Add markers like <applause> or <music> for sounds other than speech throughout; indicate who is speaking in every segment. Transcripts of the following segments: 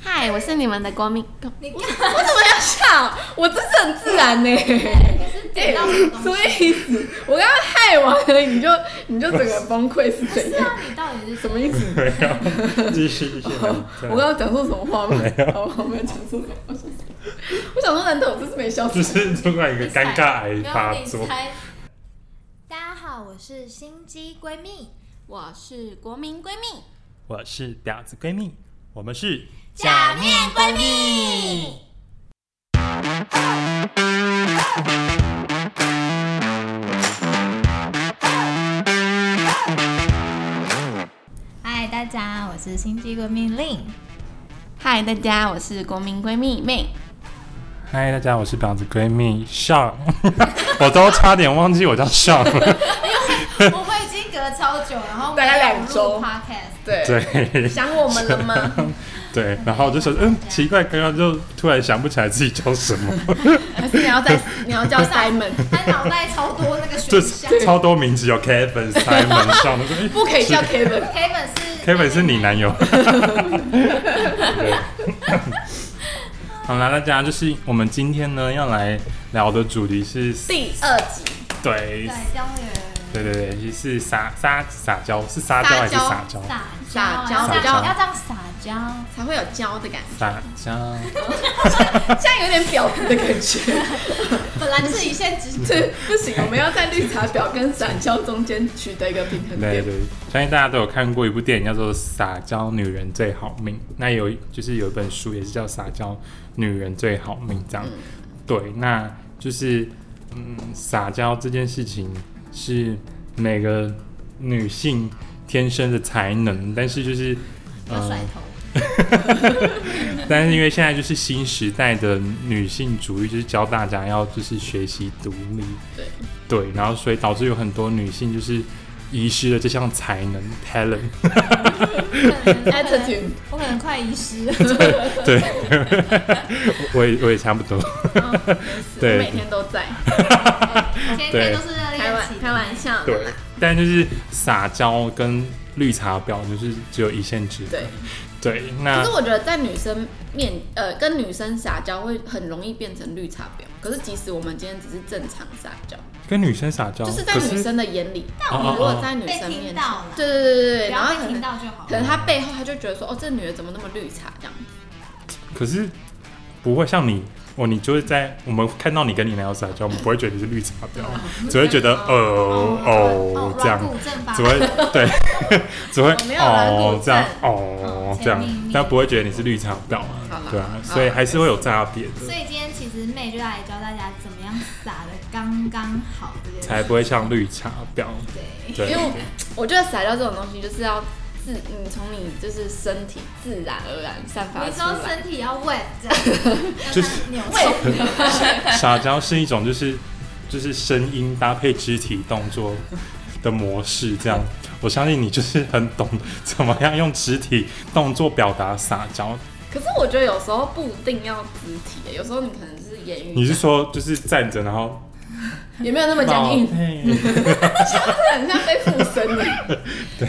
Speaker 1: 嗨，我是你们的国民。你我怎么要笑？我这是很自然呢、
Speaker 2: 你是捡到什么
Speaker 1: 什
Speaker 2: 东
Speaker 1: 么
Speaker 2: 西？
Speaker 1: 意思？我刚刚害完了，你就你就整个崩溃是怎
Speaker 2: 是
Speaker 1: 样？
Speaker 2: 啊，你到底是
Speaker 1: 什么意思？
Speaker 3: 没有，继续继续。
Speaker 1: 我刚刚讲错什么话吗？好，我没有讲错什么话。我想说，难道我这是没笑出
Speaker 3: 就
Speaker 1: 来？
Speaker 3: 是突然一个尴尬癌发
Speaker 2: 没有
Speaker 3: 作
Speaker 2: 你，猜大家好，我是心机闺蜜，
Speaker 1: 我是国民闺蜜，
Speaker 3: 我是婊子闺蜜，我们是
Speaker 2: 假面闺蜜。嗨，大家，我是心机闺蜜令。
Speaker 1: 嗨，大家，我是国民闺蜜妹。
Speaker 3: 嗨，大家，我是婊子闺蜜上， <laughs> 我都差点忘记我叫上
Speaker 2: <laughs>
Speaker 3: 了。
Speaker 2: 我们已经隔超久，然后
Speaker 1: 大概两周
Speaker 2: 没有录 podcast，
Speaker 1: 对，
Speaker 3: 对
Speaker 1: 想我们了吗？
Speaker 3: 对，然后我就说，嗯，奇怪，刚刚就突然想不起来自己叫什么，
Speaker 1: 还是你要再你要 <laughs> 叫 Simon？
Speaker 2: 他脑袋超多那个
Speaker 3: 就
Speaker 2: 选项。
Speaker 3: 是超多名字有 Kevin、Simon
Speaker 1: <laughs>
Speaker 3: 上，我说哎
Speaker 1: 不可以叫 Kevin。
Speaker 2: Kevin 是
Speaker 3: Kevin 是你男友。对好啦，大家就是我们今天呢要来聊的主题是，
Speaker 1: 第二集
Speaker 2: 对，
Speaker 3: 对
Speaker 2: 江源。
Speaker 3: 对对对，是撒撒撒娇，是撒娇还是撒娇？
Speaker 2: 撒啊
Speaker 1: 撒
Speaker 2: 娇，
Speaker 1: 娇
Speaker 2: 然后这样
Speaker 3: 撒娇
Speaker 2: 要这样撒娇，
Speaker 1: 才会有娇的感
Speaker 3: 撒娇，
Speaker 1: 觉，这样有点婊子的感觉。
Speaker 2: 本来自己限制
Speaker 1: <laughs> 这不行，我们要在绿茶婊跟撒娇中间取得一个平衡
Speaker 3: 对
Speaker 1: 点。
Speaker 3: 对，相信大家都有看过一部电影叫做《撒娇女人最好命》，那有一就是有一本书也是叫《撒娇女人最好命》这样。对，那就是嗯，撒娇这件事情是每个女性天生的才能，但是就是呃
Speaker 2: 要甩头。
Speaker 3: 但是因为现在就是新时代的女性主义，就是教大家要就是学习独立，
Speaker 1: 对
Speaker 3: 对，然后所以导致有很多女性就是遗失了这项才能 talent，
Speaker 2: 哎
Speaker 1: Attitude
Speaker 2: 我可能快遗 <laughs> 失了，
Speaker 3: <laughs> 对，我也我也差不多，
Speaker 1: 我
Speaker 3: 对
Speaker 1: 每天都在，
Speaker 2: 天天都是
Speaker 1: 开玩开玩
Speaker 2: 笑。
Speaker 1: 笑的
Speaker 3: 对
Speaker 1: 啦。，
Speaker 3: 但就是撒娇跟绿茶婊就是只有一线之隔
Speaker 1: 对，，
Speaker 3: 对，
Speaker 1: 可
Speaker 3: 那
Speaker 1: 是我觉得在女生面呃跟女生撒娇会很容易变成绿茶婊。可是即使我们今天只是正常撒娇，
Speaker 3: 跟女生撒娇，
Speaker 1: 就是在
Speaker 3: 哦可
Speaker 1: 女生的眼里，
Speaker 3: 哦
Speaker 1: 你如果
Speaker 3: 哦
Speaker 1: 在女生
Speaker 2: 被
Speaker 1: 面
Speaker 2: 听
Speaker 1: 前
Speaker 2: 到了，
Speaker 1: 对对对对对，
Speaker 2: 不
Speaker 1: 然后
Speaker 2: 要
Speaker 1: 可
Speaker 2: 被听
Speaker 1: 能
Speaker 2: 到就好
Speaker 1: 可。能她背后她就觉得说，哦，这女的怎么那么绿茶这样？
Speaker 3: 可是不会像你。哦，你就是在我们看到你跟你男友撒娇，我们不会觉得你是绿茶
Speaker 1: 哦
Speaker 3: 婊，只会觉得呃哦这样，
Speaker 2: 软骨正法
Speaker 3: 只会对，只会
Speaker 1: 没有啦
Speaker 3: 哦
Speaker 1: 古
Speaker 3: 这样
Speaker 1: 镇
Speaker 3: 哦
Speaker 2: 哦
Speaker 3: 这样
Speaker 2: 甜蜜蜜，
Speaker 3: 但不会觉得你是绿茶婊啊
Speaker 1: 好啦，
Speaker 3: 对啊
Speaker 1: 好，啦
Speaker 3: 所以还是会有差别
Speaker 2: 所
Speaker 3: 的，
Speaker 2: 以今天其实妹就来教大家怎么样撒的刚刚好这件
Speaker 3: 才
Speaker 2: 事。
Speaker 3: 不会像绿茶婊。
Speaker 2: 对，
Speaker 1: 因为
Speaker 3: 对，
Speaker 1: 我我觉得撒娇这种东西就是要自，你从你就是身体自然而然散发
Speaker 2: 你
Speaker 1: 出
Speaker 2: 说
Speaker 1: 来。
Speaker 2: 身体要 wet 这样，
Speaker 3: <laughs>
Speaker 2: 就
Speaker 3: 就
Speaker 2: 是扭
Speaker 1: 喂
Speaker 2: 动。
Speaker 3: <laughs> 撒娇是一种就是就是声音搭配肢体动作的模式，这样我相信你就是很懂怎么样用肢体动作表达撒娇。
Speaker 1: <laughs> 可是我觉得有时候不一定要肢体耶，有时候你可能就是言语，
Speaker 3: 你是说就是站着然后
Speaker 1: 也没有那么僵硬，
Speaker 2: <laughs>
Speaker 3: 嘿
Speaker 1: 这很像被附身
Speaker 3: <laughs>
Speaker 1: 的。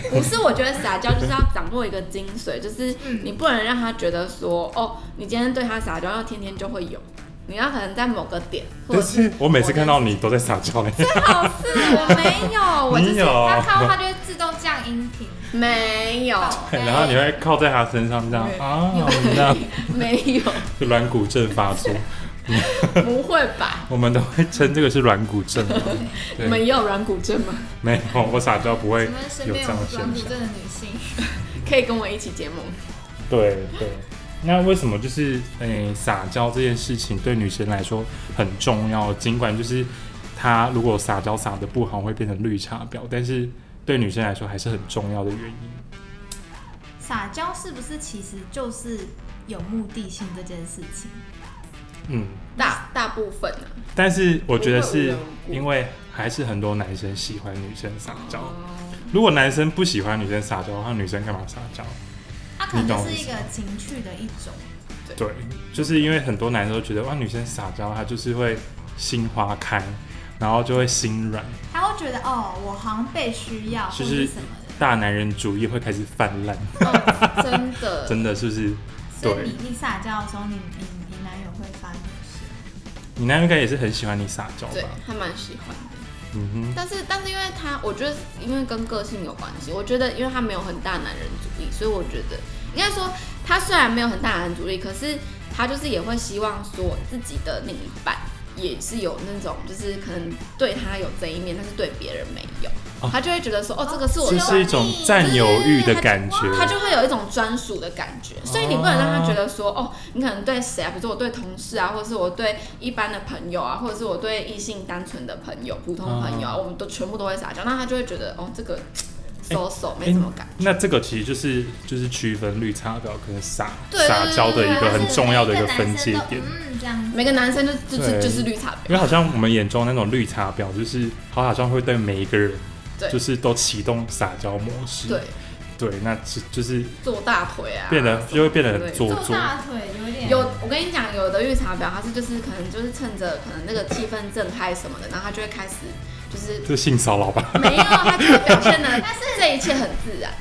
Speaker 1: 不是，我觉得撒娇就是要掌握一个精髓，就是你不能让他觉得说，哦，你今天对他撒娇，要天天就会有。你要可能在某个点，或者
Speaker 3: 但是我每次看到你都在撒娇嘞，
Speaker 2: 哦，是我没有，我就是
Speaker 3: 你有
Speaker 2: 他看到他就会自动降音频。
Speaker 1: 没有，
Speaker 3: <laughs> <laughs> 然后你会靠在他身上这样啊，这样
Speaker 1: 没有，
Speaker 3: 就软骨症发作，
Speaker 1: 不会吧？
Speaker 3: 我们都会称这个是软骨症啊。
Speaker 1: 你们
Speaker 3: 对，
Speaker 1: 也有软骨症吗？
Speaker 3: 没有，我撒娇不会
Speaker 2: 请问身
Speaker 3: 有这
Speaker 2: 边有
Speaker 3: 样的现
Speaker 2: 软骨
Speaker 3: 象。
Speaker 2: 症的女性，
Speaker 1: 可以跟我一起结盟。
Speaker 3: 对对，那为什么就是诶、撒娇这件事情对女生来说很重要？尽管就是她如果撒娇撒的不好会变成绿茶婊，但是对女生来说还是很重要的原因。
Speaker 2: 撒娇是不是其实就是有目的性这件事情？
Speaker 3: 嗯，
Speaker 1: 大大部分啊，
Speaker 3: 但是我觉得是
Speaker 1: 不会无缘无故
Speaker 3: 因为还是很多男生喜欢女生撒娇。
Speaker 1: 哦嗯
Speaker 3: 如果男生不喜欢女生撒娇的话，女生干嘛撒娇？
Speaker 2: 它可能
Speaker 3: 你懂我
Speaker 2: 就
Speaker 3: 意
Speaker 2: 是
Speaker 3: 思
Speaker 2: 一个情趣的一种。
Speaker 3: 对，就是因为很多男生都觉得哇，女生撒娇她就是会心花开，然后就会心软，
Speaker 2: 他会觉得哦，我好像被需要或
Speaker 3: 就是是
Speaker 2: 什么的，
Speaker 3: 大男人主义会开始泛滥，
Speaker 1: 哦真的，
Speaker 3: <laughs> 真的是不是？
Speaker 2: 所
Speaker 3: 对
Speaker 2: 以你你撒娇的时候，你你你男友会发现
Speaker 3: 你那应该也是很喜欢你撒娇
Speaker 1: 对
Speaker 3: 吧？
Speaker 1: 他蛮喜欢的。
Speaker 3: 嗯哼，
Speaker 1: 但是但是因为他，我觉得因为跟个性有关系，我觉得因为他没有很大男人主义，所以我觉得应该说他虽然没有很大男人主义，可是他就是也会希望说自己的另一半。也是有那种，就是可能对他有这一面，但是对别人没有，
Speaker 3: 哦
Speaker 1: 他就会觉得说，哦，这个是我
Speaker 3: 这
Speaker 1: 的
Speaker 3: 是一种占有欲的感觉。
Speaker 1: 他就会有一种专属的感觉，
Speaker 3: 哦
Speaker 1: 所以你不能让他觉得说，哦，你可能对谁啊，比如说我对同事啊，或者是我对一般的朋友啊，或者是我对异性单纯的朋友、普通朋友
Speaker 3: 哦
Speaker 1: 啊，我们都全部都会撒娇，那他就会觉得，哦，这个
Speaker 3: 哎
Speaker 1: so so、没什么感觉。
Speaker 3: 那这个其实就是就是区分绿茶婊跟撒
Speaker 1: 对对对
Speaker 3: 撒娇的一个
Speaker 1: 对
Speaker 3: 很重要的一个分界
Speaker 2: 每
Speaker 3: 点
Speaker 2: 个男生，
Speaker 1: 每个男生
Speaker 2: 都嗯，这样子
Speaker 1: 就就是
Speaker 3: 对
Speaker 1: 就是绿茶婊，
Speaker 3: 因
Speaker 1: 啊
Speaker 3: 为好像我们眼中那种绿茶婊，就是好好像会对每一个人
Speaker 1: 对，
Speaker 3: 就是都启动撒娇模式，
Speaker 1: 对，
Speaker 3: 对，那其就是
Speaker 1: 做大腿啊，
Speaker 3: 嗯变得就会变得很做
Speaker 2: 做
Speaker 3: 作，
Speaker 2: 大腿有点
Speaker 1: 有，我跟你讲，有的绿茶婊，他是就是可能就是趁着可能那个气氛正嗨什么的，然后他就会开始
Speaker 3: <laughs>
Speaker 1: 就是
Speaker 3: 这性骚扰吧？
Speaker 1: 没有，他就会表现
Speaker 3: <laughs>
Speaker 1: 的，
Speaker 2: 但是
Speaker 1: 这一切很自然。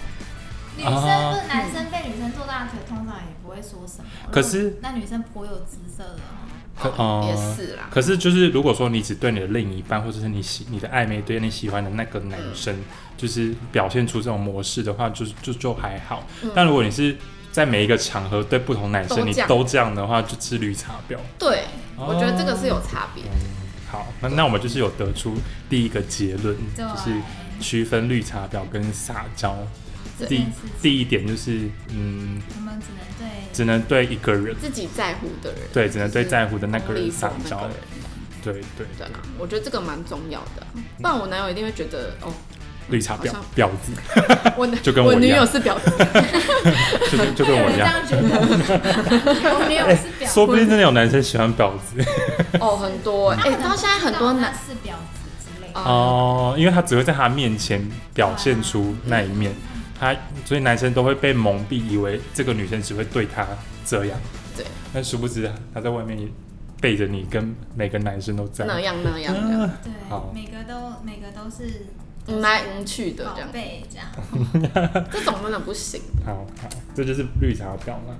Speaker 2: 女生
Speaker 3: 啊
Speaker 2: 或者男生被女生做大腿，通常也不会说什么。
Speaker 3: 可是
Speaker 2: 那女生颇有姿色的哦，
Speaker 3: 可
Speaker 1: 哦
Speaker 3: 呃
Speaker 1: <laughs> 也是啦，
Speaker 3: 可是就是如果说你只对你的另一半，或者是你喜你的暧昧对你喜欢的那个男生，就是表现出这种模式的话，就是就就还好。但如果你是在每一个场合对不同男
Speaker 1: 都
Speaker 3: 生你
Speaker 1: 这样
Speaker 3: 都这样的话，就是绿茶婊。
Speaker 1: 对，
Speaker 3: 哦
Speaker 1: 我觉得这个是有差别
Speaker 3: 嗯。，好，那那我们就是有得出第一个结论，
Speaker 2: 对
Speaker 3: 就是区分绿茶婊跟撒娇。
Speaker 1: 对
Speaker 3: 第
Speaker 2: 哎件事情
Speaker 3: 第一点就是，嗯，
Speaker 2: 我们只能对
Speaker 3: 只能对一个人，
Speaker 1: 自己在乎的人，
Speaker 3: 对，只能对在乎的那
Speaker 1: 那
Speaker 3: 个人撒娇。对对
Speaker 1: 对啊，我觉得这个蛮重要的啊，不然我男友一定会觉得
Speaker 3: <laughs>
Speaker 1: 哦，
Speaker 3: 绿茶婊
Speaker 1: 好像
Speaker 3: 婊子，
Speaker 1: 我男
Speaker 3: 就跟
Speaker 1: 我
Speaker 3: 我一样
Speaker 1: 女友是婊子，
Speaker 3: 就跟就跟我一哎样。
Speaker 2: 觉得， <laughs> 我女友是婊子，
Speaker 3: 说不定真的有男生喜欢婊
Speaker 1: <laughs>
Speaker 3: 子 <laughs>
Speaker 1: 哦，很多哎，
Speaker 2: 嗯
Speaker 1: 哎到现在很多男
Speaker 2: 是婊子之类的，
Speaker 1: 啊，
Speaker 3: 哦，因为他只会在他面前表现出那一面，
Speaker 1: 嗯
Speaker 3: 他所以男生都会被蒙蔽，以为这个女生只会对他这样，
Speaker 1: 对，
Speaker 3: 但殊不知他在外面也背着你，跟每个男生都这
Speaker 1: 那
Speaker 3: 样。
Speaker 1: 样那样的，
Speaker 3: 嗯好
Speaker 2: 对，每个都每个都是
Speaker 3: 嗯
Speaker 1: 无来无去的
Speaker 2: 宝
Speaker 1: 这样，
Speaker 2: 贝这样。
Speaker 1: 这种真的不行。
Speaker 3: 好好，这就是绿茶婊嘛。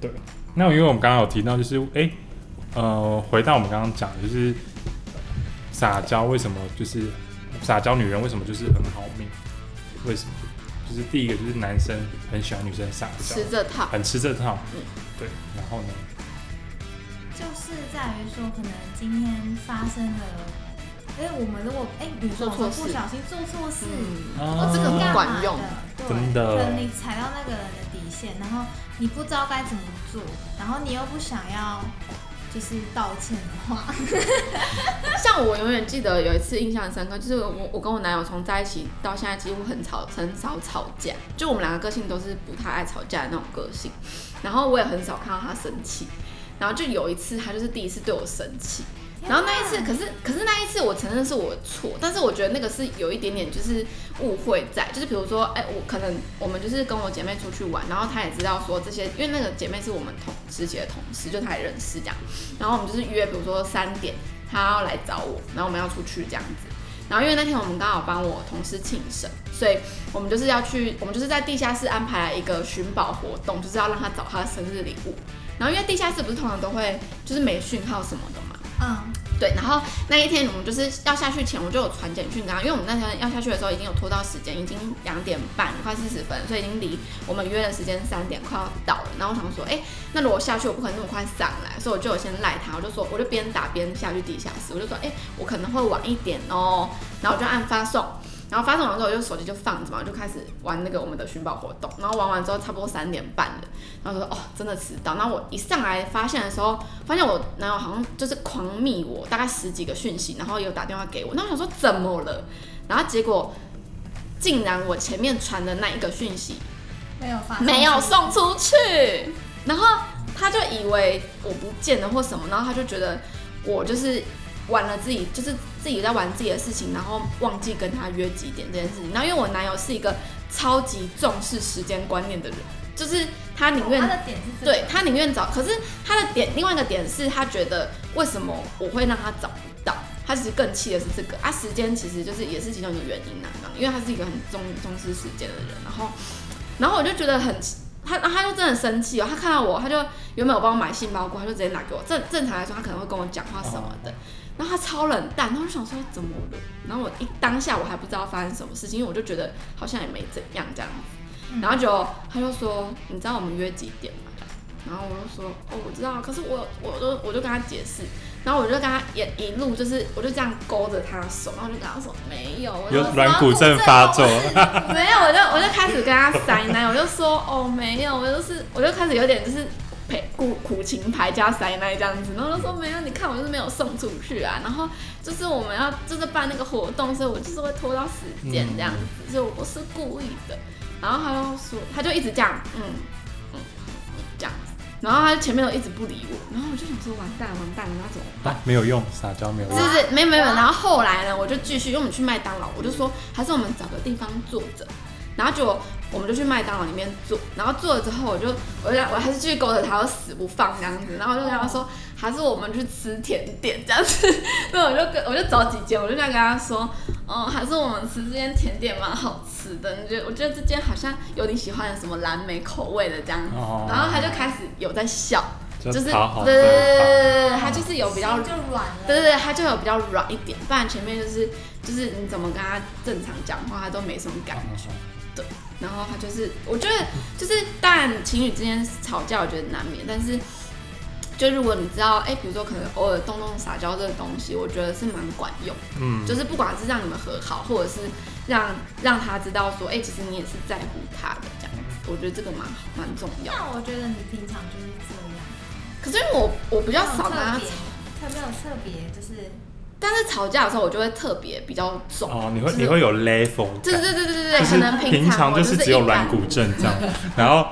Speaker 3: 对，那因为我们刚刚有提到，就是哎、诶呃，回到我们刚刚讲，就是撒娇为什么就是撒娇女人为什么就是很好命？为什么？就是第一个就是男生很喜欢女生撒娇
Speaker 1: 吃，这套，
Speaker 3: 很吃这套。
Speaker 1: 嗯
Speaker 3: 对，然后呢？
Speaker 2: 就是在于说，可能今天发生了，因为我们如果哎、女
Speaker 1: 做
Speaker 2: 生
Speaker 1: 错事
Speaker 2: 不小心做错事，
Speaker 1: 嗯，
Speaker 3: 哦
Speaker 1: 这个很
Speaker 2: 干嘛
Speaker 1: 管
Speaker 2: 的
Speaker 1: 用
Speaker 2: 对，
Speaker 3: 真的
Speaker 2: 可能你踩到那个人的底线，然后你不知道该怎么做，然后你又不想要就是道歉的话，
Speaker 1: <laughs> 像我永远记得有一次印象很深刻，就是我我跟我男友从在一起到现在几乎很吵很少吵架，就我们两个个性都是不太爱吵架的那种个性，然后我也很少看到他生气，然后就有一次他就是第一次对我生气， <laughs> 然后那一次，可是可是那一次我承认是我的错，但是我觉得那个是有一点点就是误会在，就是比如说，哎、我可能我们就是跟我姐妹出去玩，然后她也知道说这些，因为那个姐妹是我们同师姐的同事，就她也认识这样，然后我们就是约，比如说三点她要来找我，然后我们要出去这样子。然后因为那天我们刚好帮我同事庆生，所以我们就是要去，我们就是在地下室安排了一个寻宝活动，就是要让她找她的生日礼物。然后因为地下室不是通常都会就是没讯号什么的嘛，
Speaker 2: 嗯，
Speaker 1: 对，然后那一天我们就是要下去前，我就有传简讯给他，因为我们那天要下去的时候已经有拖到时间，已经两点半，快四十分，所以已经离我们约的时间三点快要到了。然后我想说，哎，那如果下去，我不可能那么快上来，所以我就有先赖他，我就说，我就边打边下去地下室，我就说，哎，我可能会晚一点哦，然后我就按发送。然后发送完之后，我就手机就放着嘛，我就开始玩那个我们的寻宝活动。然后玩完之后，差不多三点半了，然后说哦，真的迟到。然后我一上来发现的时候，发现我男友好像就是狂密我，大概十几个讯息，然后有打电话给我。那我想说怎么了？然后结果竟然我前面传的那一个讯息
Speaker 2: 没有发，
Speaker 1: 没有，送出去，然后他就以为我不见了或什么，然后他就觉得我就是玩了自己，就是自己在玩自己的事情，然后忘记跟他约几点这件事情。然后因为我男友是一个超级重视时间观念的人，就是他宁愿
Speaker 2: 哦他的点是这个
Speaker 1: 对，他宁愿找，可是他的点另外一个点是他觉得为什么我会让他找不到，他其实更气的是这个啊，时间其实就是也是其中一个原因啊，因为他是一个很重重视时间的人，然后然后我就觉得很他他就真的生气哦，他看到我，他就原本有帮我买杏鲍菇，他就直接拿给我。正正常来说，他可能会跟我讲话什么的，然后他超冷淡，然后我就想说怎么了？然后我一当下我还不知道发生什么事情，因为我就觉得好像也没怎样这样子。然后就他就说，你知道我们约几点吗？然后我就说，哦，我知道啊，可是我我就我就跟他解释，然后我就跟他也一路就是我就这样勾着他的手，然后我就跟他说没有，我就
Speaker 3: 有
Speaker 1: 说
Speaker 3: 软骨症发作，
Speaker 1: <laughs> 没有，我就我就开始跟他塞奶，我就说哦没有，我就是我就开始有点就是陪苦苦情牌加塞奶这样子，然后我就说没有，你看我就是没有送出去啊，然后就是我们要就是办那个活动，所以我就是会拖到时间这样子，所以我不是故意的。然后他就说，他就一直这样，嗯嗯嗯这样子，然后他前面都一直不理我，然后我就想说完蛋完蛋，那怎么办？
Speaker 3: 啊，没有用，撒娇没有用
Speaker 1: 是。不是？没有没有。然后后来呢，我就继续，因为我们去麦当劳，我就说还是我们找个地方坐着。然后就我们就去麦当劳里面坐，然后坐了之后我，就我就我还是继续勾着他，我死不放这样子。然后我就跟他说，还是我们去吃甜点这样子。 <laughs> 对，我就跟我就找几间，我就这样跟他说，嗯，还是我们吃这间甜点蛮好吃的。你觉得？我觉得这间好像有你喜欢的什么蓝莓口味的这样子。
Speaker 3: 哦
Speaker 1: 然后他就开始有在笑，
Speaker 3: 就
Speaker 1: 就是对
Speaker 3: 讨好
Speaker 1: 对对
Speaker 3: 对方
Speaker 1: 对对，他就是有比较
Speaker 2: 心就软了，
Speaker 1: 对对对，他就有比较软一点，不然前面就是就是你怎么跟他正常讲话，他都没什么感觉。然后他就是，我觉得就是，当然情侣之间吵架，我觉得难免，但是就如果你知道，哎，比如说可能偶尔动动撒娇这个东西，我觉得是蛮管用的。
Speaker 3: 嗯，
Speaker 1: 就是不管是让你们和好，或者是让让他知道说，哎，其实你也是在乎他的这样子，我觉得这个蛮好蛮重要。
Speaker 2: 但我觉得你平常就是这样，
Speaker 1: 可是因为我我比
Speaker 2: 比
Speaker 1: 较少跟他吵，
Speaker 2: 哦特没有特别，就是
Speaker 1: 但是吵架的时候我就会特别比较重。
Speaker 3: 哦，你会
Speaker 1: 就是
Speaker 3: 你会有 level 感
Speaker 1: 对对对对对对，
Speaker 3: 就
Speaker 1: 可
Speaker 3: 是
Speaker 1: 能
Speaker 3: 平
Speaker 1: 常
Speaker 2: 哦
Speaker 3: 常
Speaker 1: 我
Speaker 3: 就
Speaker 1: 就是
Speaker 3: 只有
Speaker 1: 一般
Speaker 3: 软骨症这样，然后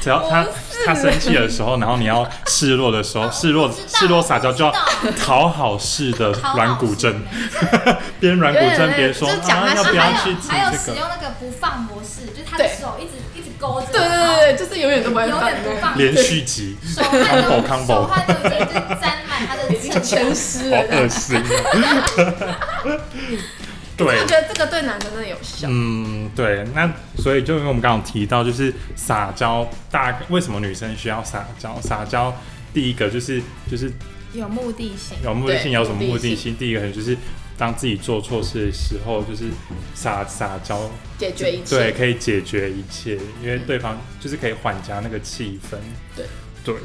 Speaker 3: 只要他他生气的时候，然后你要示弱的时候，示弱
Speaker 2: 哦我知道
Speaker 3: 示弱撒娇就要
Speaker 2: 我知
Speaker 3: 讨好式的
Speaker 2: 讨好
Speaker 3: <laughs> 软骨
Speaker 2: 型
Speaker 3: 症
Speaker 2: 的，
Speaker 3: <laughs> 边软骨
Speaker 1: 有
Speaker 3: 症
Speaker 1: 点
Speaker 3: 边说
Speaker 1: 就讲
Speaker 3: 啊
Speaker 1: 他是
Speaker 3: 要不
Speaker 2: 还
Speaker 3: 要
Speaker 2: 有
Speaker 3: 去吃
Speaker 2: 还有
Speaker 3: 这
Speaker 2: 使
Speaker 3: 个，
Speaker 2: 用那个不放模式，就是他的
Speaker 1: 对
Speaker 2: 手一直一直勾着，
Speaker 1: 对对对对，就是永远都不会
Speaker 2: 然后
Speaker 1: 放
Speaker 2: 永远不放，
Speaker 3: 连
Speaker 2: <laughs>
Speaker 3: 续集
Speaker 2: 手汗都
Speaker 3: combo，combo
Speaker 2: 手汗都已经就是沾满他的
Speaker 1: 已经
Speaker 2: 衬
Speaker 1: 全
Speaker 2: 衫。
Speaker 1: 湿
Speaker 3: <laughs> 好
Speaker 1: 了。
Speaker 3: 恶心啊。
Speaker 2: <laughs>
Speaker 3: 对
Speaker 1: 我，觉得这个对男生真的有效。
Speaker 3: 嗯，对，那所以就因为我们刚刚有提到，就是撒娇大概为什么女生需要撒娇？撒娇第一个就是就是
Speaker 2: 有目的性，
Speaker 3: 有目的性，
Speaker 1: 对
Speaker 3: 有什么
Speaker 1: 目
Speaker 3: 目
Speaker 1: 的
Speaker 3: 的
Speaker 1: 性
Speaker 3: 性？第一个可能就是当自己做错事的时候，就是撒撒娇，
Speaker 1: 解决一切嗯
Speaker 3: 对，可以解决一切，因为对方就是可以缓夹那个气氛。
Speaker 1: 对
Speaker 3: 对，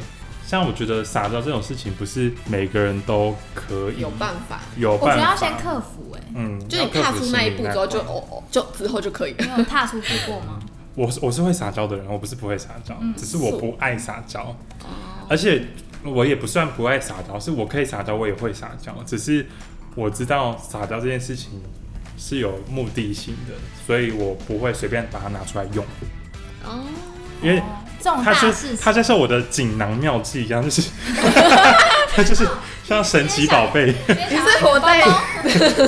Speaker 3: 像我觉得撒娇这种事情，不是每个人都可以
Speaker 1: 有办法，
Speaker 3: 有
Speaker 2: 我觉
Speaker 3: 办
Speaker 2: 得
Speaker 3: 法，
Speaker 2: 要先克服哎、
Speaker 3: 嗯，
Speaker 1: 就
Speaker 3: 要
Speaker 1: 你踏
Speaker 3: 克服
Speaker 1: 出
Speaker 3: 心
Speaker 1: 那一
Speaker 3: 理
Speaker 1: 步
Speaker 3: 那
Speaker 1: 之后
Speaker 3: 关
Speaker 1: 就哦哦，就之后就可以了。
Speaker 2: 你有踏出去过吗？
Speaker 3: 我是我是会撒娇的人，我不是不会撒娇，
Speaker 2: 嗯
Speaker 3: 只是我不爱撒娇，
Speaker 2: 哦
Speaker 3: 而且我也不算不爱撒娇，是我可以撒娇，我也会撒娇，只是我知道撒娇这件事情是有目的性的，所以我不会随便把它拿出来用，
Speaker 1: 哦，
Speaker 3: 因为
Speaker 2: 哦这种
Speaker 3: 它
Speaker 2: 大
Speaker 3: 是
Speaker 2: 事
Speaker 3: 它
Speaker 2: 情，
Speaker 3: 就像我的锦囊妙计一样，就是
Speaker 2: <laughs>
Speaker 3: 它就是像神奇宝贝，
Speaker 1: <laughs> 你
Speaker 2: 你
Speaker 1: 是活在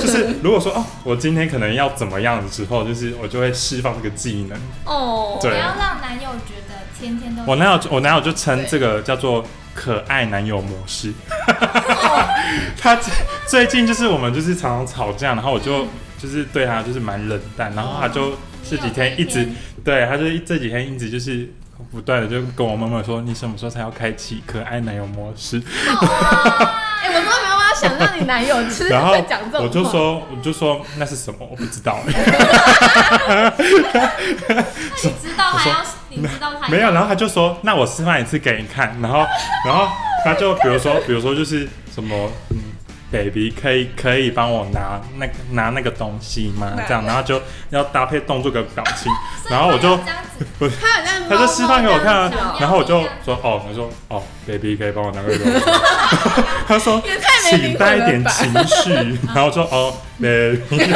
Speaker 3: 就是如果说哦，我今天可能要怎么样之后，就是我就会释放这个技能，
Speaker 1: 哦，
Speaker 3: <laughs> 对
Speaker 2: 不要让男友觉得天天都
Speaker 3: <laughs> 我男友就我男友就称这个叫做可爱男友模式。 <laughs> 他最最近就是我们就是常常吵架，然后我就、
Speaker 1: 嗯
Speaker 3: 就是对他就是蛮冷淡，然后他就这几天一直、
Speaker 1: 哦
Speaker 2: 你有那一天
Speaker 3: 对，他就这几天一直就是。不断的就跟我妈妈说，你什么时候才要开启可爱男友模式？
Speaker 1: 哎，我真的没有办法想象你男友就是
Speaker 3: <laughs> 然后
Speaker 1: 会讲这种话。
Speaker 3: 我就说，我就说那是什么？我不知道、
Speaker 2: 那你知道他要
Speaker 3: 我，
Speaker 2: 你知道他
Speaker 3: 没有，然后他就说：“那我示范一次给你看。”然后， <laughs> 然后他就比如说，比如说就是什么，嗯，baby 可以可以帮我拿那个拿那个东西吗？这样，然后就要搭配动作跟表情，然后我就
Speaker 2: 所以他要这样
Speaker 1: 他好像
Speaker 2: 子
Speaker 3: 他就示范给我看
Speaker 1: 猫猫这样子，
Speaker 3: 啊
Speaker 1: 哦
Speaker 3: 然后我就说：“哦，他说哦，baby 可以帮我拿个
Speaker 1: <laughs>
Speaker 3: 东西。”他说
Speaker 1: 也太：“没
Speaker 3: 请
Speaker 1: 灵
Speaker 3: 带
Speaker 1: 魂
Speaker 3: 一
Speaker 1: 了
Speaker 3: 点
Speaker 1: 吧
Speaker 3: 情绪。”然后我说：“哦，baby。”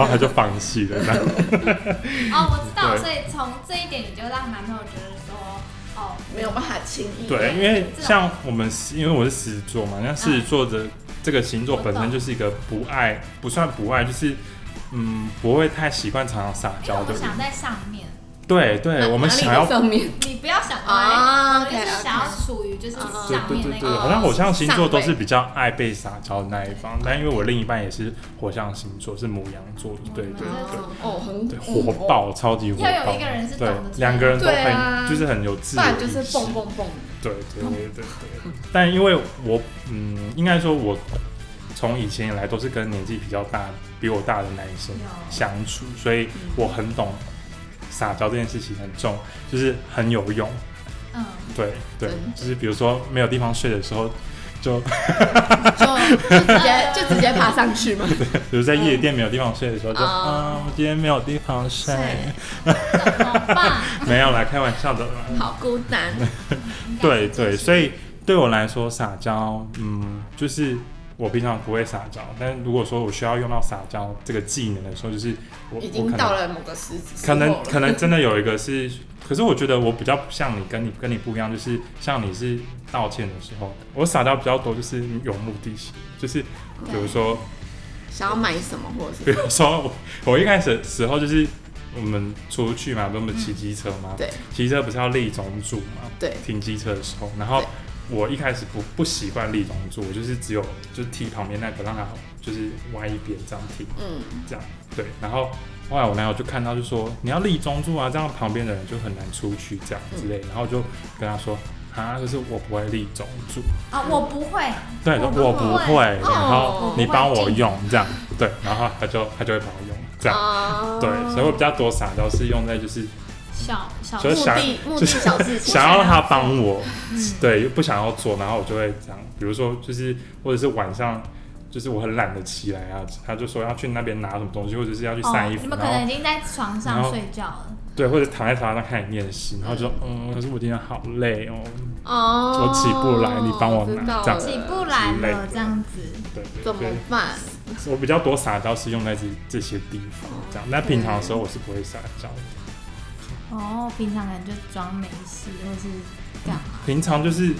Speaker 1: 哎
Speaker 3: 后他就放弃了，这样。
Speaker 2: 哦，我知道，
Speaker 3: 对
Speaker 2: 所以从这一点你就让男朋友觉得说，哦，
Speaker 1: 没有办法轻易。
Speaker 3: 对，因为像我们狮，因为我是狮子座嘛，那狮子座
Speaker 2: 啊
Speaker 3: 的这个星座本身就是一个不爱，不算不爱，就是嗯，不会太习惯常常撒
Speaker 2: 因为
Speaker 3: 娇
Speaker 2: 我
Speaker 3: 的
Speaker 2: 们
Speaker 3: 人。
Speaker 2: 想在上面，
Speaker 3: 对对，我们想
Speaker 1: 哪里的
Speaker 3: 要
Speaker 1: 上面
Speaker 2: 你不要想歪，
Speaker 1: 啊
Speaker 2: 我的意思
Speaker 1: OK，OK
Speaker 2: 是想要处于就是
Speaker 1: 嗯嗯
Speaker 3: 对
Speaker 2: 上
Speaker 3: 对
Speaker 2: 面那
Speaker 3: 对对，
Speaker 2: 个，哦
Speaker 3: 好像火象星座都
Speaker 1: 上
Speaker 3: 是
Speaker 1: 位
Speaker 3: 比较爱被撒娇的那一方，但因为我另一半也是火象星座，是母羊座，对对
Speaker 2: 嗯
Speaker 3: 对
Speaker 1: 哦，很
Speaker 3: 对，火，爆，超级火爆。
Speaker 2: 要有一个人是懂
Speaker 3: 对
Speaker 2: 得怎么，
Speaker 3: 两个人都
Speaker 1: 对啊
Speaker 3: 很就是很有自
Speaker 1: 不
Speaker 3: 我
Speaker 1: 然就是
Speaker 3: 意识
Speaker 1: 蹦蹦蹦，
Speaker 3: 对对对对对。但因为我嗯，应该说我从以前以来都是跟年纪比较大、比我大的男生相处，所
Speaker 1: 嗯
Speaker 3: 以我很懂撒娇这件事情很重，就是很有用。
Speaker 2: 嗯，
Speaker 3: 对对
Speaker 1: 真的，
Speaker 3: 就是比如说没有地方睡的时候，就 <laughs>
Speaker 1: 就就直接就直接爬上去嘛。
Speaker 3: 比如在夜店没有地方睡的时候，就
Speaker 1: 嗯
Speaker 3: 啊，我今天没有地方睡，
Speaker 2: 对，怎么办？
Speaker 3: 没有啦，开玩笑的啦。
Speaker 1: 好孤单，
Speaker 2: 应该
Speaker 3: 对
Speaker 2: 是这
Speaker 3: 对，
Speaker 2: 样
Speaker 3: 所以对我来说撒娇，嗯，就是我平常不会撒娇，但如果说我需要用到撒娇这个技能的时候，就是我
Speaker 1: 已
Speaker 3: 我
Speaker 1: 经
Speaker 3: 可
Speaker 1: 到
Speaker 3: 能
Speaker 1: 了某个时时
Speaker 3: 可
Speaker 1: 候
Speaker 3: 能
Speaker 1: 了。
Speaker 3: 可能真的有一个是，可是我觉得我比较不像你，跟你跟你不一样，就是像你是道歉的时候，我撒娇比较多，就是有目的性，就是比如说
Speaker 1: 想要买什么或者
Speaker 3: <laughs>
Speaker 1: 是
Speaker 3: 比如说我我一开始的时候就是我们出去嘛，不是我们骑机车嘛，
Speaker 1: 对
Speaker 3: 骑车不是要立中柱嘛，
Speaker 1: 对
Speaker 3: 停机车的时候，然后我一开始不不习惯立中柱，我就是只有就踢旁边那个，让它就是歪一边这样踢，
Speaker 1: 嗯，
Speaker 3: 这样对，然后。后来我男友就看到，就说你要立中柱啊，这样旁边的人就很难出去，这样之类。然后我就跟他说啊，就是我不会立中柱，
Speaker 2: 啊，我不会，
Speaker 3: 对，
Speaker 2: 我
Speaker 3: 我
Speaker 2: 不
Speaker 3: 不
Speaker 2: 会
Speaker 3: 会，
Speaker 1: 哦
Speaker 3: 然后你帮
Speaker 2: 我
Speaker 3: 我
Speaker 2: 不会
Speaker 3: 用这样，对，然后他就他就会帮我用这样，
Speaker 1: 啊
Speaker 3: 对，所以我比较多撒娇是用在就是
Speaker 2: 小小
Speaker 3: 所以
Speaker 1: 目
Speaker 3: 想
Speaker 1: 的目
Speaker 3: 就
Speaker 1: 的
Speaker 3: 是
Speaker 1: 小事情，
Speaker 3: <laughs> 想要让他帮我，
Speaker 2: 嗯
Speaker 3: 对，又不想要做，然后我就会这样，比如说就是或者是晚上就是我很懒得起来啊，他就说要去那边拿什么东西，或者是要去晒衣
Speaker 2: 哦，
Speaker 3: 服，
Speaker 2: 你们可
Speaker 3: 然
Speaker 2: 能
Speaker 3: 后
Speaker 2: 已经在床
Speaker 3: 然
Speaker 2: 上
Speaker 3: 后
Speaker 2: 睡觉了，
Speaker 3: 对，或者躺在床上看你念诗，然后就说嗯，可是我今天好累哦，
Speaker 1: 哦，
Speaker 3: 我起不来你帮我拿
Speaker 1: 知道了
Speaker 3: 这样
Speaker 2: 起不来
Speaker 3: 之类的
Speaker 2: 了这样子，
Speaker 3: 对对
Speaker 1: 怎么
Speaker 3: 对，
Speaker 1: 办？
Speaker 3: 我比较多撒娇是用在这这些地方这样，那平常的时候我是不会撒娇的。
Speaker 2: 哦，平常可能就装没事或是干嘛。
Speaker 3: 平常就是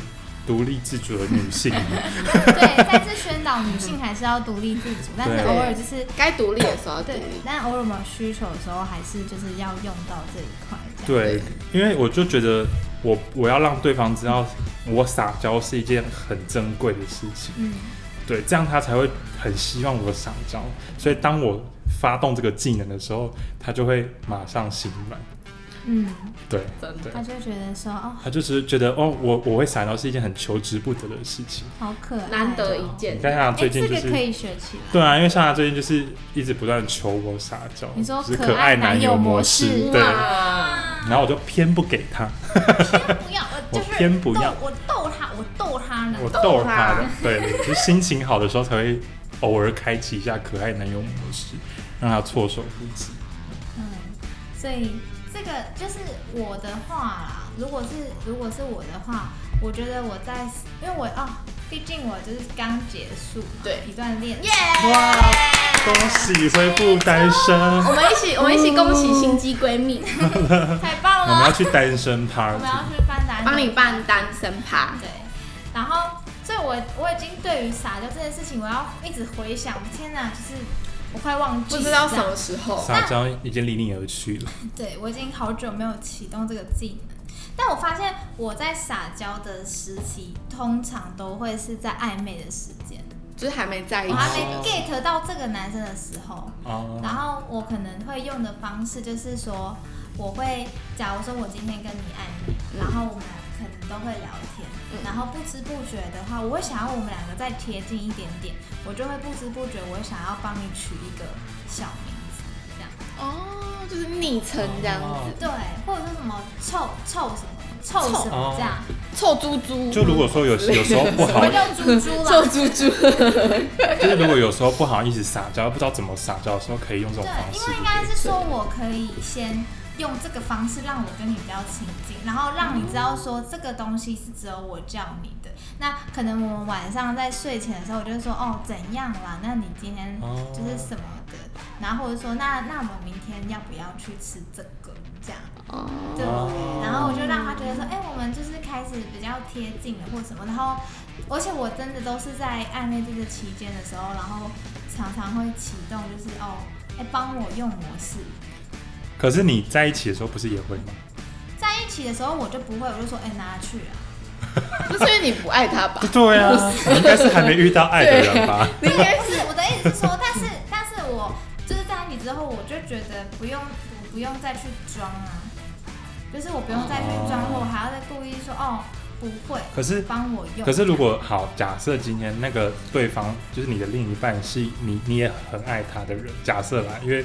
Speaker 3: 独立自主的女性，
Speaker 2: 对，再次宣导女性还是要独立自主，但是
Speaker 3: 对
Speaker 2: 偶尔就是
Speaker 1: 该独立的时候要独
Speaker 2: 对
Speaker 1: 立，，
Speaker 2: 但偶尔我们有需求的时候，还是就是要用到这一块。这样，
Speaker 3: 对，因为我就觉得我我要让对方知道我撒娇是一件很珍贵的事情，
Speaker 2: 嗯，
Speaker 3: 对，这样他才会很希望我撒娇，所以当我发动这个技能的时候，他就会马上心软，
Speaker 2: 嗯，
Speaker 3: 对
Speaker 1: 真的
Speaker 3: 对，
Speaker 2: 他就觉得说哦，
Speaker 3: 他就只是觉得哦，我我会撒娇是一件很求之不得的事情。
Speaker 2: 好可爱哦，
Speaker 1: 难得一见
Speaker 3: 你。看他
Speaker 2: 哎，
Speaker 3: 最近就
Speaker 2: 这
Speaker 3: 是
Speaker 2: 个可。以学起来。
Speaker 3: 对啊，因为像他最近就是一直不断地求我撒娇，
Speaker 2: 你说
Speaker 3: 就是
Speaker 2: 可
Speaker 3: 可
Speaker 2: 爱
Speaker 3: 爱
Speaker 2: 男
Speaker 3: 男
Speaker 2: 友
Speaker 3: 友
Speaker 2: 模
Speaker 3: 模
Speaker 2: 式
Speaker 3: 式，对，
Speaker 1: 哇，
Speaker 3: 然后我就偏不给他，
Speaker 2: 不要，我
Speaker 3: <laughs> 我
Speaker 2: 就是
Speaker 3: 偏不
Speaker 2: 逗
Speaker 3: 要
Speaker 2: 我逗他，我逗他呢。
Speaker 3: 我
Speaker 1: 逗
Speaker 3: 逗
Speaker 1: 他
Speaker 3: 他的，对，就心情好的时候才会偶尔开启一下可爱男友模式，让他措手不及。
Speaker 2: 嗯，所以这个就是我的话啦。如果是如果是我的话，我觉得我在，因为我哦，毕竟我就是刚结束
Speaker 1: 对
Speaker 2: 一段恋，耶、
Speaker 3: 哇，恭喜恢复单身，
Speaker 1: 我们一起我们一起恭喜心机闺蜜，
Speaker 3: 嗯
Speaker 2: 太棒
Speaker 3: 我们要
Speaker 2: 了！
Speaker 3: 去单
Speaker 2: 我
Speaker 3: 身
Speaker 2: 们要
Speaker 3: party，
Speaker 2: 去办单，
Speaker 1: 帮你办单身趴。
Speaker 2: 对，然后，所以我我已经对于撒娇这件事情，我要一直回想，天哪，就是我快忘记
Speaker 1: 不知道什
Speaker 2: 这样
Speaker 1: 么时候，
Speaker 3: 撒娇已经离你而去了。
Speaker 2: 对，我已经好久没有启动这个技能，但我发现我在撒娇的时期，通常都会是在暧昧的时间，
Speaker 1: 就是还没在一
Speaker 2: 我
Speaker 1: 起
Speaker 2: 哦
Speaker 1: 哦
Speaker 2: 还没
Speaker 1: 的时候。
Speaker 2: get 到这个男生的时候，
Speaker 3: 哦，
Speaker 2: 然后我可能会用的方式就是说，我会假如说我今天跟你暧昧，然后我们俩可能都会聊天，然后不知不觉的话，我会想要我们两个再贴近一点点，我就会不知不觉我会想要帮你取一个小名字，这样。
Speaker 1: 哦，就是昵称这样
Speaker 3: 哦
Speaker 1: 子，
Speaker 2: 对，或者是什么臭臭什么臭什么这样，
Speaker 1: 臭猪猪。
Speaker 3: 就如果说 <laughs> 有有时候不
Speaker 2: 我
Speaker 3: 好
Speaker 2: 们，叫猪猪
Speaker 1: 臭
Speaker 2: 啦。
Speaker 1: 猪猪，
Speaker 3: 就是如果有时候不好意思撒娇，不知道怎么撒娇的时候，可以用这种
Speaker 2: 对
Speaker 3: 方，
Speaker 2: 因
Speaker 3: 式
Speaker 2: 为。应该是说我可以先用这个方式让我跟你比较亲近，然后让你知道说这个东西是只有我叫你的。那可能我们晚上在睡前的时候，我就会说哦怎样啦？那你今天
Speaker 3: 哦
Speaker 2: 就是什么的，然后或者说那那我们明天要不要去吃这个这样？对，
Speaker 3: 哦
Speaker 2: 然后我就让他觉得说，哎、我们就是开始比较贴近了或什么，然后而且我真的都是在暧昧这个期间的时候，然后常常会启动就是哦，哎、帮我用模式，
Speaker 3: 可是你在一起的时候不是也会吗？ <laughs>
Speaker 2: 在一起的时候我就不会，我就说哎、拿去啊，
Speaker 1: <laughs> 不是因为你不爱他吧？
Speaker 3: <laughs> 对啊，我应该是还没遇到爱的人 <laughs> 吧？
Speaker 2: 没有，是我的意思是说，但是但是我就是在一起之后，我就觉得不用我不用再去装啊，就是我不用再去装，
Speaker 3: 哦
Speaker 2: 我还要再故意说哦不会，
Speaker 3: 可是
Speaker 2: 帮我用。
Speaker 3: 可是如果好，假设今天那个对方就是你的另一半，是你你也很爱他的人，假设啦，因为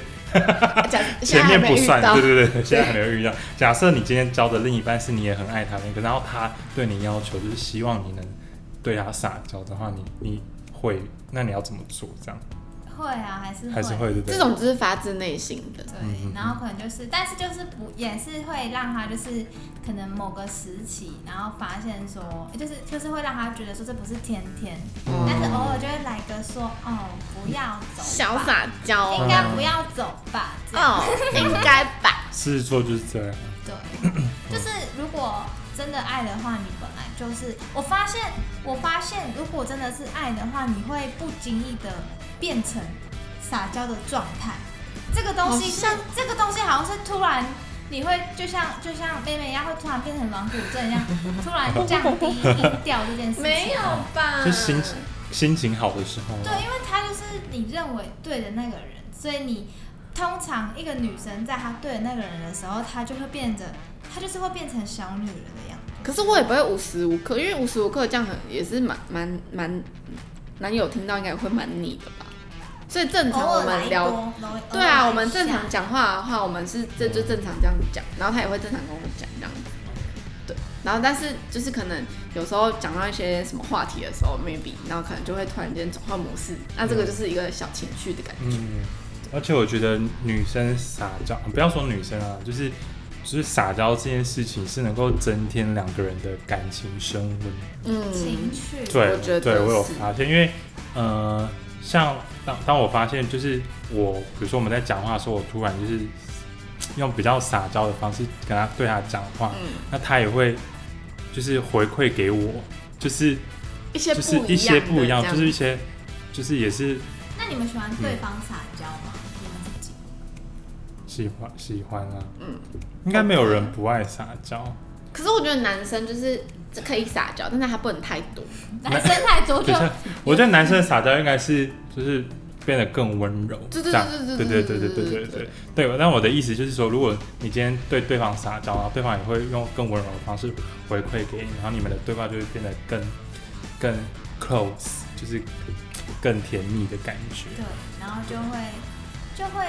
Speaker 1: 讲
Speaker 3: 前面不算，对
Speaker 1: 对
Speaker 3: 对对，现在还没有遇到。假设你今天交的另一半是你也很爱他那个，然后他对你要求就是希望你能对他撒娇的话，你你会，那你要怎么做？这样
Speaker 2: 会啊，还是
Speaker 3: 还是会对不对？
Speaker 1: 这种就是发自内心的。
Speaker 2: 对，然后可能就是，但是就是不也是会让他就是可能某个时期，然后发现说，就是就是会让他觉得说这不是天天，
Speaker 1: 嗯
Speaker 2: 但是偶尔就会来个说哦不要走吧，
Speaker 1: 小撒娇
Speaker 2: 应该不要走吧，这样
Speaker 1: 哦，应该吧？
Speaker 3: 狮子座就是这样，
Speaker 1: <clears throat>
Speaker 2: 对，就是如果真的爱的话，你本来就是，我发现我发现如果真的是爱的话，你会不经意的变成撒娇的状态，这个东西是
Speaker 1: 好像
Speaker 2: 这个东西好像是突然。你会就像就像妹妹一样，会突然变成软骨症一样，突然降低音调这件事情。
Speaker 1: 没有吧？
Speaker 3: 就心情心情好的时候，
Speaker 2: 对，因为他就是你认为对的那个人，所以你通常一个女生在她对的那个人的时候，她就会变得，她就是会变成小女人的样子。
Speaker 1: 可是我也不会无时无刻，因为无时无刻这样很也是蛮蛮蛮男友听到应该也会蛮腻的吧。所以正常我们聊
Speaker 2: 偶尔来一波
Speaker 1: 对啊，我们正常。讲话的话，我们是这就正常这样讲，然后他也会正常跟我讲这样子。对，然后但是就是可能有时候讲到一些什么话题的时候，maybe，然后可能就会突然间转换模式，那这个就是一个小情绪的感觉。
Speaker 3: 嗯，而且我觉得女生撒娇，不要说女生啊，就是就是撒娇这件事情是能够增添两个人的感情升温。
Speaker 2: 偶尔来一下
Speaker 1: 嗯
Speaker 2: 情，趣，
Speaker 3: 对，
Speaker 1: 我觉得
Speaker 3: 对我有
Speaker 1: 是
Speaker 3: 发现，因为呃，像当当我发现，就是我，比如说我们在讲话的时候，我突然就是用比较撒娇的方式跟他对他讲话，
Speaker 1: 嗯，
Speaker 3: 那他也会就是回馈给我，就是
Speaker 1: 一些
Speaker 3: 就是
Speaker 1: 不
Speaker 3: 一些
Speaker 1: 的
Speaker 3: 不一样，
Speaker 1: 这
Speaker 3: 就是一些就是也是
Speaker 2: 那你们喜欢
Speaker 3: 嗯
Speaker 2: 对方撒娇吗？你们自己？
Speaker 3: 喜欢喜欢啊，
Speaker 1: 嗯。
Speaker 3: 应该没有人不爱撒娇，
Speaker 1: 可是我觉得男生就是这可以撒娇，但是他不能太多。
Speaker 2: <laughs> 男生太多
Speaker 3: 就
Speaker 2: 就是
Speaker 3: 我觉得男生的撒娇应该是就是变得更温柔，
Speaker 1: 对对
Speaker 3: 这样
Speaker 1: 对对
Speaker 3: 对对
Speaker 1: 对
Speaker 3: 对
Speaker 1: 对
Speaker 3: 对
Speaker 1: 对
Speaker 3: 对
Speaker 1: 对
Speaker 3: 对对对。但我的意思就是说，如果你今天对对方撒娇，然后对方也会用更温柔的方式回馈给你，然后你们的对话就会变得更更 close，就是更甜蜜的感觉。
Speaker 2: 对，然后就会就会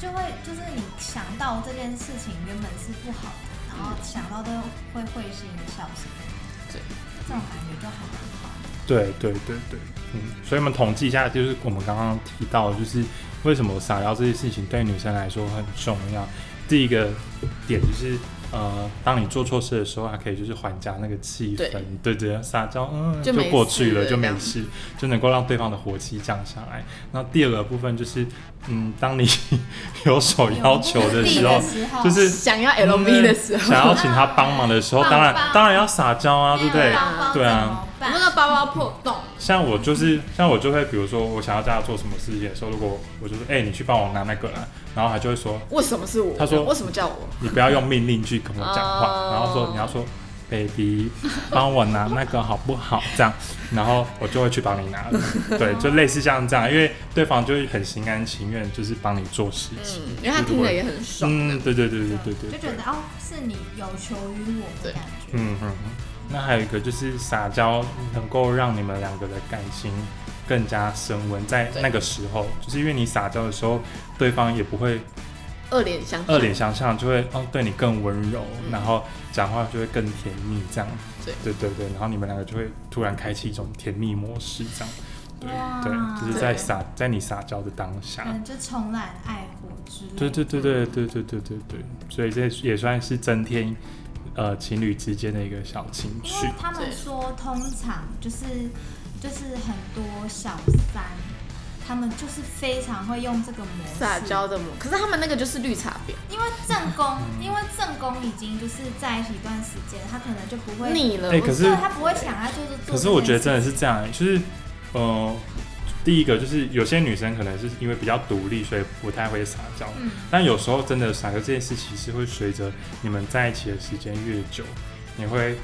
Speaker 2: 就会就是你想到这件事情原本是不好的，然
Speaker 3: 嗯
Speaker 2: 后想到都会会心一笑什么的。
Speaker 1: 对，
Speaker 2: 这种感觉就还蛮好。
Speaker 3: 对对对对，嗯，所以我们统计一下，就是我们刚刚提到，就是为什么撒娇这件事情对女生来说很重要。第一个点就是，呃，当你做错事的时候，还可以就是缓加那个气氛，对对撒娇，嗯，
Speaker 1: 就
Speaker 3: 就
Speaker 1: 没
Speaker 3: 过去
Speaker 1: 事了
Speaker 3: 了，就
Speaker 1: 这
Speaker 3: 没
Speaker 1: 样
Speaker 3: 事，就能够让对方的火气降下来。那第二个部分就是，嗯，当
Speaker 1: <laughs>
Speaker 3: 你有所要求的时候
Speaker 2: 有目的的，时候
Speaker 3: 就是
Speaker 1: 哦
Speaker 3: 嗯
Speaker 1: 想要 LV 的时
Speaker 3: 想
Speaker 1: 候，
Speaker 3: 要请他帮忙的时候，
Speaker 2: 棒
Speaker 3: 当然
Speaker 2: 棒
Speaker 3: 当然要撒娇啊，对不对？
Speaker 2: 对
Speaker 3: 对啊
Speaker 1: 我
Speaker 2: 啊，
Speaker 1: 那个包包破洞，
Speaker 3: 像我就是，像我就会，比如说我想要叫他做什么事情的时候，如果我就说，哎、你去帮我拿那个啦，然后他就会说，
Speaker 1: 为什么是我？
Speaker 3: 他说
Speaker 1: 为什么叫我？
Speaker 3: 你不要用命令句跟我讲话，
Speaker 1: 哦
Speaker 3: 然后说你要说，baby，帮我拿那个好不好？这样，然后我就会去帮你拿了，对，就类似像这样，因为对方就会很心甘情愿，就是帮你做事情，
Speaker 1: 嗯，因为他听了也很爽。
Speaker 3: 嗯，对对对对对对
Speaker 2: 就
Speaker 3: 对
Speaker 2: 觉得哦，是你有求于我的感觉。
Speaker 3: 嗯嗯，那还有一个就是撒娇能够让你们两个的感情更加升温，在
Speaker 1: 对
Speaker 3: 那个时候，就是因为你撒娇的时候，对方也不会
Speaker 1: 恶脸相
Speaker 3: 恶脸相向，就会哦对你更温柔，
Speaker 1: 嗯
Speaker 3: 然后讲话就会更甜蜜，这样。
Speaker 1: 对
Speaker 3: 对对对，然后你们两个就会突然开启一种甜蜜模式，这样。对
Speaker 2: 哇
Speaker 3: 对，就是在撒在你撒娇的当下。
Speaker 2: 嗯，就重燃爱火之路。
Speaker 3: 对对对对对对对对对，所以这也算是增添呃情侣之间的一个小情
Speaker 2: 因
Speaker 3: 绪
Speaker 2: 为。他们
Speaker 1: 对
Speaker 2: 说，通常就是就是很多小三，他们就是非常会用这个模式
Speaker 1: 撒娇嗯的模，可是他们那个就是绿茶婊，
Speaker 2: 因为正宫，因为正宫已经就是在一起一段时间，他可能就不会，
Speaker 1: 腻了。
Speaker 3: 哎
Speaker 1: 我
Speaker 3: 可是
Speaker 2: 对他不会想要就是做。
Speaker 3: 可是我觉得真的是这样、就是，呃，第一个就是有些女生可能是因为比较独立，所以不太会撒娇。
Speaker 2: 嗯
Speaker 3: 但有时候真的撒娇这件事情是会随着你们在一起的时间越久，你会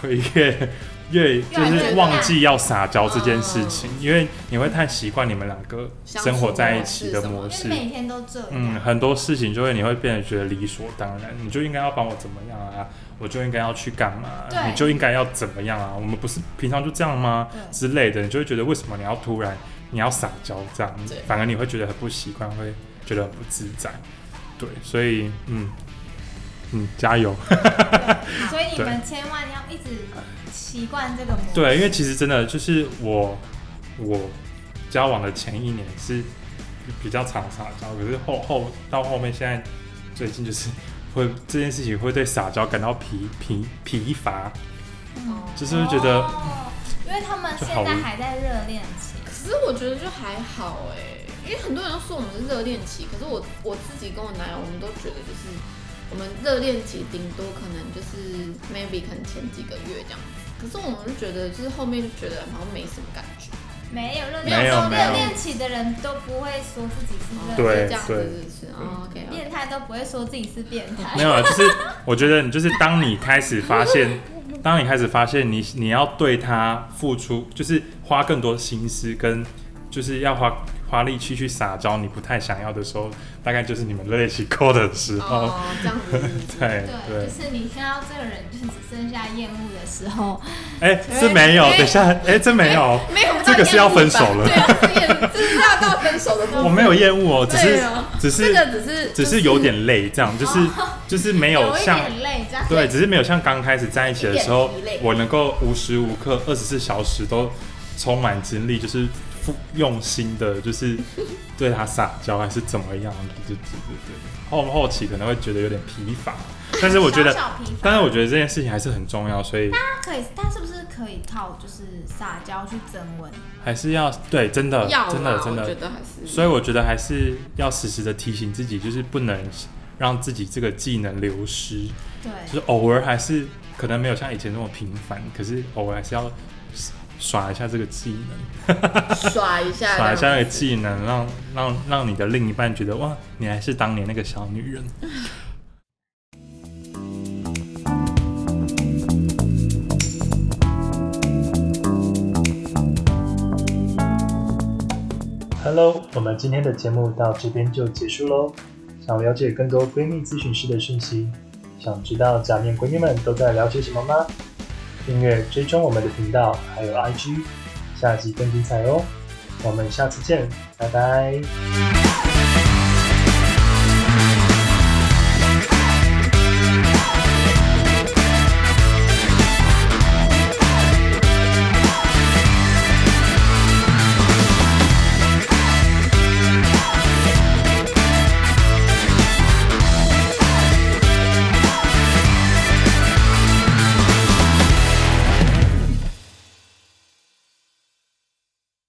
Speaker 3: 会越 <laughs> 越哦就是忘记要撒娇这件事情，因为你会太习惯你们两个生活在一起的模
Speaker 2: 因
Speaker 3: 式
Speaker 2: 为，每天都这样。
Speaker 3: 嗯，很多事情就会你会变得觉得理所当然，你就应该要帮我怎么样啊，我就应该要去干嘛，
Speaker 2: 对
Speaker 3: 你就应该要怎么样啊，我们不是平常就这样吗？
Speaker 2: 对
Speaker 3: 之类的，你就会觉得为什么你要突然你要撒娇这样
Speaker 1: 对，
Speaker 3: 反而你会觉得很不习惯，会觉得很不自在。对，所以嗯嗯，加油。
Speaker 2: 对所以你们千万要一直习惯这个模式。
Speaker 3: 对，因为其实真的就是我我交往的前一年是比较常撒娇，可是后后到后面现在最近就是会这件事情会对撒娇感到疲疲疲乏，
Speaker 2: 嗯
Speaker 3: 就是会觉得
Speaker 2: 哦因为他们现在还在热恋期，
Speaker 1: 可是我觉得就还好哎、因为很多人都说我们是热恋期，可是我我自己跟我男友，我们都觉得就是我们热恋期顶多可能就是 maybe 可能前几个月这样子，可是我们就觉得就是后面就觉得好像没什么感觉，
Speaker 2: 没有热
Speaker 3: 没
Speaker 2: 恋期，
Speaker 3: 有没有
Speaker 2: 热恋期的人都不会说自己是热
Speaker 3: 对
Speaker 1: 哦是这样子是不是哦？OK，OK
Speaker 2: 变态都不会说自己是变态。
Speaker 3: 没有啊，就是我觉得你就是当你开始发现，当你开始发现你你要对他付出，就是花更多心思跟就是要花花力气去撒娇，你不太想要的时候，大概就是你们热恋期过的时候。
Speaker 1: 哦，这样子是不是
Speaker 3: <laughs> 对
Speaker 2: 对，就是你看到这个人，就是只剩下厌恶的时候，
Speaker 3: 哎、这没有，
Speaker 1: 哎
Speaker 3: 等一下，哎、这没有，
Speaker 1: 没有，我们
Speaker 3: 这个是要分手了
Speaker 1: 对啊，这也这是要到分手的部分。
Speaker 3: 我没有厌恶哦，只
Speaker 1: 对
Speaker 3: 是
Speaker 1: 哦
Speaker 3: 只
Speaker 1: 这
Speaker 3: 是
Speaker 1: 个哦只是
Speaker 3: 只是有点累，这样就是就是没有
Speaker 2: 一
Speaker 3: 像
Speaker 2: 点累这样。
Speaker 3: 对，只是没有像刚开始在一起的时候
Speaker 1: 有点疲累，
Speaker 3: 我能够无时无刻二十四小时都充满精力，就是付用心的，就是
Speaker 1: <laughs>
Speaker 3: 对他撒娇还是怎么样，对对对对对，后后期可能会觉得有点疲
Speaker 1: <laughs>
Speaker 3: 乏，但是我觉得
Speaker 2: 小。小疲乏
Speaker 3: 但是我觉得这件事情还是很重要，所以
Speaker 2: 他可以，他是不是可以靠就是撒娇去增温？
Speaker 3: 还是要对，真的，
Speaker 1: 要啦
Speaker 3: 真的，真
Speaker 1: 我觉
Speaker 3: 的，
Speaker 1: 得还是
Speaker 3: 所以我觉得还是要时时的提醒自己，就是不能让自己这个技能流失，
Speaker 2: 对，
Speaker 3: 就是偶尔还是可能没有像以前那么频繁，可是偶尔还是要耍一下这个技能，
Speaker 1: 耍一下，
Speaker 3: 耍一下那个
Speaker 1: 这样子
Speaker 3: 技能，让让让你的另一半觉得哇，你还是当年那个小女人。
Speaker 4: Hello，我们今天的节目到这边就结束喽。想了解更多闺蜜咨询师的讯息，想知道假面闺蜜们都在聊些什么吗？订阅追踪我们的频道，还有 IG，下集更精彩哦。我们下次见，拜拜。